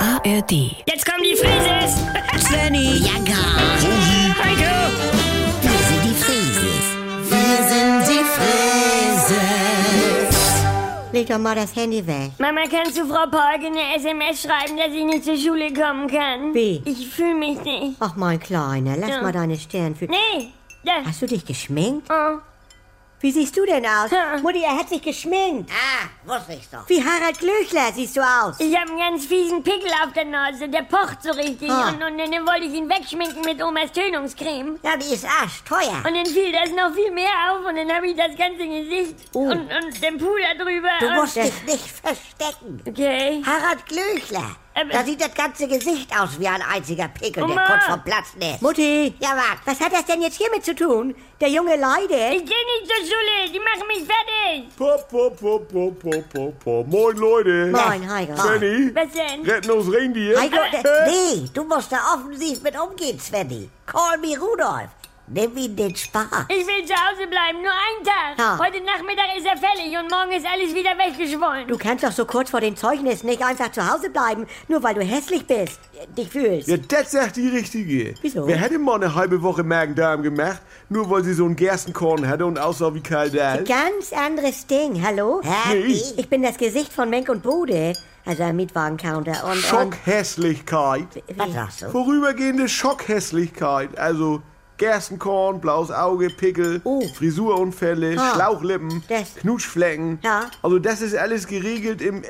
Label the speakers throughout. Speaker 1: ARD.
Speaker 2: Jetzt kommen die Frises! Svenny!
Speaker 3: Ja, gar.
Speaker 2: Heiko!
Speaker 3: Wir sind die Frieses. Wir sind die Frieses. Leg doch mal das Handy weg.
Speaker 2: Mama, kannst du Frau Polk eine SMS schreiben, dass ich nicht zur Schule kommen kann?
Speaker 3: Wie?
Speaker 2: Ich fühle mich nicht.
Speaker 3: Ach, mein Kleiner, lass mal deine Stirn für...
Speaker 2: Nee! Das.
Speaker 3: Hast du dich geschminkt?
Speaker 2: Oh.
Speaker 3: Wie siehst du denn aus?
Speaker 2: Ja.
Speaker 3: Mutti, er hat sich geschminkt.
Speaker 4: Ah, wusste ich doch.
Speaker 3: Wie Harald Glöchler siehst du aus.
Speaker 2: Ich habe einen ganz fiesen Pickel auf der Nase, der pocht so richtig.
Speaker 3: Ah.
Speaker 2: Und, und dann wollte ich ihn wegschminken mit Omas Tönungscreme.
Speaker 4: Ja, die ist arschteuer.
Speaker 2: Und dann fiel das noch viel mehr auf und dann habe ich das ganze Gesicht und, und den Puder drüber.
Speaker 4: Du
Speaker 2: und, äh,
Speaker 4: musst dich nicht verstecken.
Speaker 2: Okay.
Speaker 4: Harald Glöchler.
Speaker 2: Aber-
Speaker 4: Da sieht das ganze Gesicht aus wie ein einziger Pickel, der
Speaker 2: Oma.
Speaker 4: kurz vom Platzen ist.
Speaker 3: Mutti,
Speaker 4: Ja, was?
Speaker 3: was hat das denn jetzt hiermit zu tun? Der Junge leidet.
Speaker 2: Ich gehe nicht zur Schule, die machen mich fertig.
Speaker 5: Pop, pop, pop, pop, pop, pop, pop. Moin, Leute.
Speaker 3: Moin, Heiko.
Speaker 5: Svenny.
Speaker 2: Was denn?
Speaker 5: Rettenlos Reindeer.
Speaker 3: Heiko,
Speaker 5: Äh,
Speaker 3: der-
Speaker 4: Nee, du musst da offensiv mit umgehen, Svenny. Call me Rudolf. Nimm ihn den Spaß.
Speaker 2: Ich will zu Hause bleiben, nur einen Tag.
Speaker 3: Ja.
Speaker 2: Heute Nachmittag ist er fällig und morgen ist alles wieder weggeschwollen.
Speaker 3: Du kannst doch so kurz vor den Zeugnissen nicht einfach zu Hause bleiben, nur weil du hässlich bist, äh, dich fühlst.
Speaker 5: Ja, das sagt die Richtige.
Speaker 3: Wieso?
Speaker 5: Wer hätte mal eine halbe Woche Magen-Darm gemacht, nur weil sie so ein Gerstenkorn hatte und aussah wie Karl Dahl?
Speaker 3: Ganz anderes Ding, hallo?
Speaker 4: Happy.
Speaker 3: Ich bin das Gesicht von Menk und Bude, also am Mietwagencounter und... und
Speaker 5: Schockhässlichkeit.
Speaker 4: Was sagst du?
Speaker 5: Vorübergehende Schockhässlichkeit. Also Gerstenkorn, blaues Auge, Pickel,
Speaker 3: Oh.
Speaker 5: Frisurunfälle,
Speaker 3: Ah.
Speaker 5: Schlauchlippen,
Speaker 3: Das-
Speaker 5: Knutschflecken.
Speaker 3: Ja.
Speaker 5: Also das ist alles geregelt im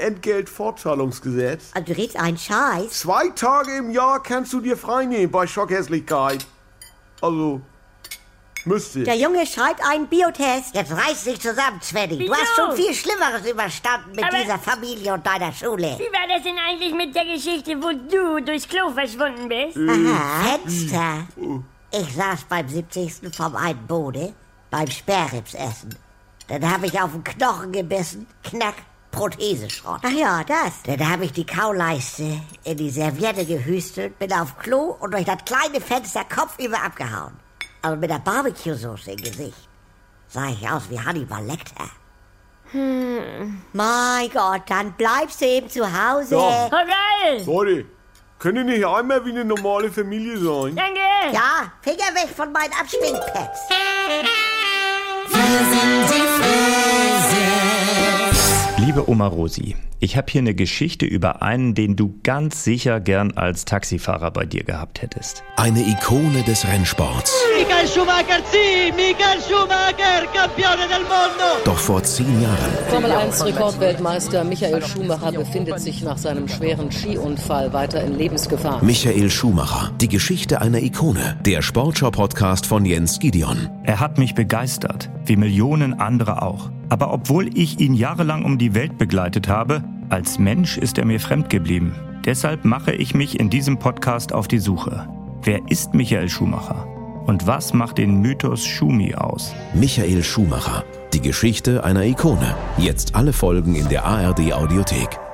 Speaker 5: Entgeltfortzahlungsgesetz.
Speaker 3: Also du redest einen Scheiß.
Speaker 5: Zwei Tage im Jahr kannst du dir freinehmen bei Schockhässlichkeit. Also müsste.
Speaker 3: Der Junge schreibt einen Biotest.
Speaker 4: Jetzt reiß dich zusammen, Svenny. Du
Speaker 2: Wieso?
Speaker 4: hast schon viel Schlimmeres überstanden mit
Speaker 2: Aber-
Speaker 4: dieser Familie und deiner Schule.
Speaker 2: Wie war das denn eigentlich mit der Geschichte, wo du durchs Klo verschwunden bist?
Speaker 3: Aha.
Speaker 4: Fenster. Ich saß beim 70. vom einen Bode beim Sperrripsessen. Dann habe ich auf den Knochen gebissen, knack, Protheseschrott.
Speaker 3: Ach ja, das.
Speaker 4: Dann habe ich die Kauleiste in die Serviette gehüstelt, bin auf Klo und durch das kleine Fenster kopfüber abgehauen. Aber mit der Barbecue-Soße im Gesicht sah ich aus wie Hannibal Lecter.
Speaker 3: Hm. Mein Gott, dann bleibst du eben zu Hause.
Speaker 5: Ja.
Speaker 2: Oh, geil!
Speaker 5: Leute, könnt ihr nicht einmal wie eine normale Familie sein?
Speaker 2: Danke!
Speaker 4: Ja, Finger weg von meinen Abschminkpads.
Speaker 6: Liebe Oma Rosi, ich habe hier eine Geschichte über einen, den du ganz sicher gern als Taxifahrer bei dir gehabt hättest.
Speaker 7: Eine Ikone des Rennsports.
Speaker 8: Michael Schumacher, sì, Michael Schumacher, campione del mondo!
Speaker 7: Doch vor zehn Jahren
Speaker 9: Formel 1 Rekordweltmeister Michael Schumacher befindet sich nach seinem schweren Skiunfall weiter in Lebensgefahr.
Speaker 7: Michael Schumacher. Die Geschichte einer Ikone. Der Sportschau-Podcast von Jens Gideon.
Speaker 6: Er hat mich begeistert, wie Millionen andere auch. Aber obwohl ich ihn jahrelang um die Welt begleitet habe, als Mensch ist er mir fremd geblieben. Deshalb mache ich mich in diesem Podcast auf die Suche. Wer ist Michael Schumacher? Und was macht den Mythos Schumi aus?
Speaker 7: Michael Schumacher. Die Geschichte einer Ikone. Jetzt alle Folgen in der ARD Audiothek.